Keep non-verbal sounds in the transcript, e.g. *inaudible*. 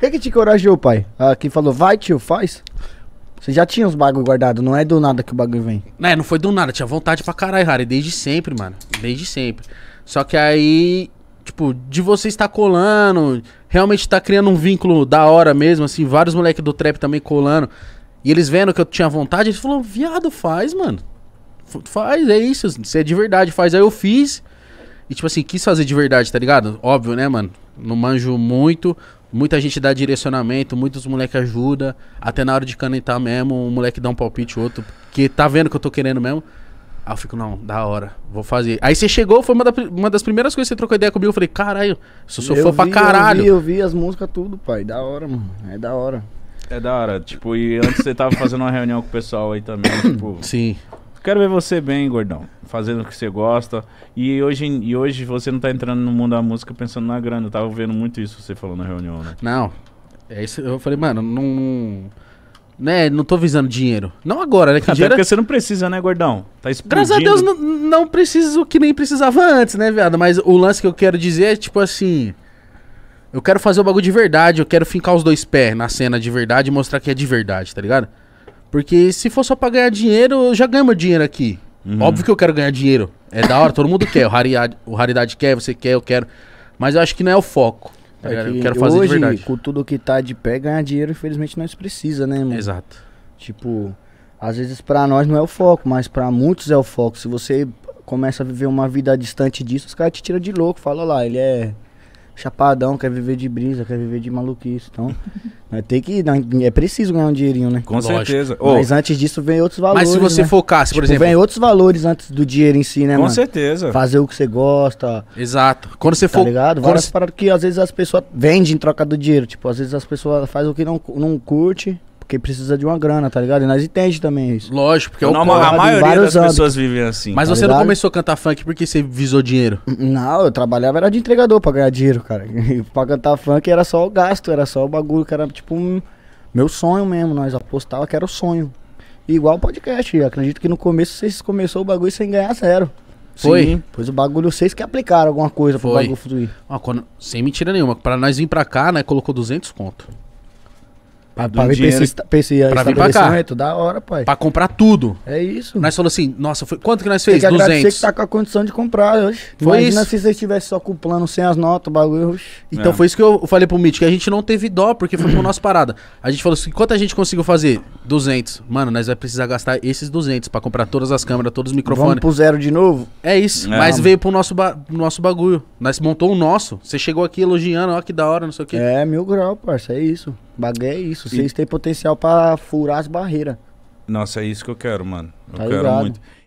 Quem que te encorajou, pai? Ah, que falou, vai tio, faz. Você já tinha os bagulho guardado, não é do nada que o bagulho vem. Né, não foi do nada, tinha vontade pra caralho, Harry, desde sempre, mano. Desde sempre. Só que aí, tipo, de você estar colando, realmente tá criando um vínculo da hora mesmo, assim, vários moleques do trap também colando. E eles vendo que eu tinha vontade, eles falaram, viado, faz, mano. F- Faz, é isso, você é de verdade, faz. Aí eu fiz. E tipo assim, quis fazer de verdade, tá ligado? Óbvio, né, mano? Não manjo muito. Muita gente dá direcionamento, muitos moleques ajudam. Até na hora de canetar mesmo, um moleque dá um palpite, outro. Que tá vendo que eu tô querendo mesmo. Aí eu fico, não, da hora, vou fazer. Aí você chegou, foi uma, da- uma das primeiras coisas que você trocou ideia comigo. Eu falei, caralho, sou seu Eu fã pra vi, caralho. Eu vi, eu vi as músicas tudo, pai. Da hora, mano. É da hora. É da hora. Tipo, e antes você tava fazendo uma reunião com o pessoal aí também. *coughs* Tipo, Sim. quero ver você bem, gordão. Fazendo o que você gosta. E hoje, em- e hoje você não tá entrando no mundo da música pensando na grana. Eu tava vendo muito isso você falou na reunião, né? Não. É isso. Eu falei, mano, não- não. Né, não tô visando dinheiro. Não agora, né? Que Até dinheiro é- porque você não precisa, né, gordão? Tá explodindo. Graças a Deus não, não preciso que nem precisava antes, né, viado? Mas o lance que eu quero dizer é tipo assim. Eu quero fazer o bagulho de verdade, eu quero fincar os dois pés na cena de verdade e mostrar que é de verdade, tá ligado? Porque se for só pra ganhar dinheiro, eu já ganho meu dinheiro aqui. Uhum. Óbvio que eu quero ganhar dinheiro. É da hora, todo mundo quer. O raridade, o raridade quer, você quer, eu quero. Mas eu acho que não é o foco. tá É ligado? que eu quero fazer hoje, de verdade. com tudo que tá de pé, ganhar dinheiro, infelizmente, nós precisa, né, mano? Exato. Tipo, às vezes pra nós não é o foco, mas pra muitos é o foco. Se você começa a viver uma vida distante disso, os caras te tiram de louco. Fala lá, ele é chapadão, quer viver de brisa, quer viver de maluquice. Então, *laughs* nós tem que. nós- É preciso ganhar um dinheirinho, né? Com Lógico. certeza. Ô, Mas né, antes disso vem outros valores. Mas se você né? focasse, por Tipo, exemplo. Vem outros valores antes do dinheiro em si, né, com mano? certeza. Fazer o que você gosta, Exato. Quando você tá for. ligado? quando Várias você- paradas que às vezes as pessoas vendem em troca do dinheiro. Tipo, às vezes as pessoas fazem o que não, não curte, porque precisa de uma grana, tá ligado? E nós entende também isso. Lógico, porque é o Normal- corre. a em maioria vários das pessoas vivem assim. Mas Tá você não ligado? começou a cantar funk porque você visou dinheiro. Não, eu trabalhava era de entregador pra ganhar dinheiro, cara. *laughs* E pra cantar funk era só o gasto, era só o bagulho, que era tipo um- meu sonho mesmo. Nós apostava que era o sonho. Igual o podcast. eu acredito que no começo vocês começou o bagulho sem ganhar zero. Foi. Sim. Pois o bagulho vocês que aplicaram alguma coisa pro Foi. bagulho fluir. Ó, quando- sem mentira nenhuma. Pra nós vir pra cá, né, colocou 200 conto. Pra, Do pra vir pra dinheiro- esse, esta- pra esse pra vir pra cá. estabelecimento, da hora, pai. Pra comprar tudo. É isso. Nós falou assim, nossa, foi... quanto que nós Tem fez? que agradecer que 200. tá com a condição de comprar hoje. Foi Imagina isso. se vocês estivessem só com o plano sem as notas, o bagulho. oxe. Então É. foi isso que eu falei pro Mitch, que a gente não teve dó, porque foi *clears throat* pro nosso parada. A gente falou assim, quanto a gente conseguiu fazer? 200. Mano, nós vai precisar gastar esses 200 pra comprar todas as câmeras, todos os Vamos microfones. pro zero de novo? É isso, É, mas mano. veio pro nosso, ba- pro nosso bagulho. Nós montou o nosso. Você chegou aqui elogiando, ó que da hora, não sei o quê. É, mil grau, parça. É isso. Bagulho é isso. Vocês têm potencial pra furar as barreiras. Nossa, é isso que eu quero, mano. Eu Tá quero ligado. muito.